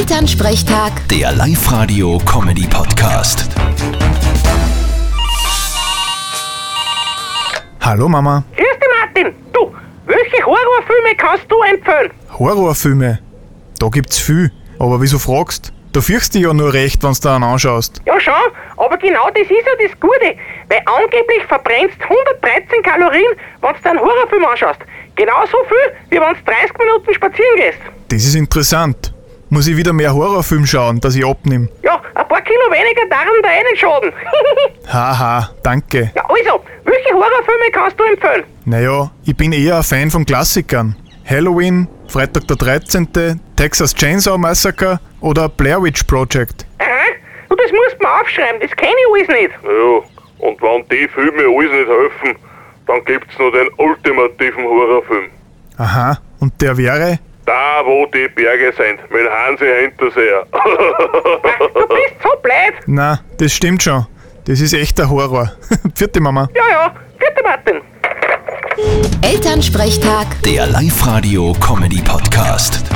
Elternsprechtag, Der Live-Radio-Comedy-Podcast. Hallo Mama, Grüß dich, Martin. Du, welche Horrorfilme kannst du empfehlen? Horrorfilme. Da gibt's viel. Aber wieso fragst? Du fürchst dich ja nur recht, wenn's dir einen anschaust. Ja, schon, aber genau das ist ja das Gute, weil angeblich verbrennst 113 Kalorien, wenn du dir einen Horrorfilm anschaust. Genauso viel, wie wenn du 30 Minuten spazieren gehst. Das ist interessant. Muss ich wieder mehr Horrorfilm schauen, dass ich abnehme? Ja, ein paar Kilo weniger daran da eh nicht schaden. Haha, danke. ja, also, welche Horrorfilme kannst du empfehlen? Naja, ich bin eher ein Fan von Klassikern. Halloween, Freitag der 13., Texas Chainsaw Massacre oder Blair Witch Project. Aha, du, das musst du mir aufschreiben, das kenne ich alles nicht. Ja, und wenn die Filme alles nicht helfen, dann gibt's noch den ultimativen Horrorfilm. Aha, und der wäre? Da, wo die Berge sind, mit Hansi Hinterseher. Du bist so blöd. Na, das stimmt schon. Das ist echter Horror. Vierte Mama. Ja, ja, bitte, Martin. Elternsprechtag. Der Live-Radio-Comedy-Podcast.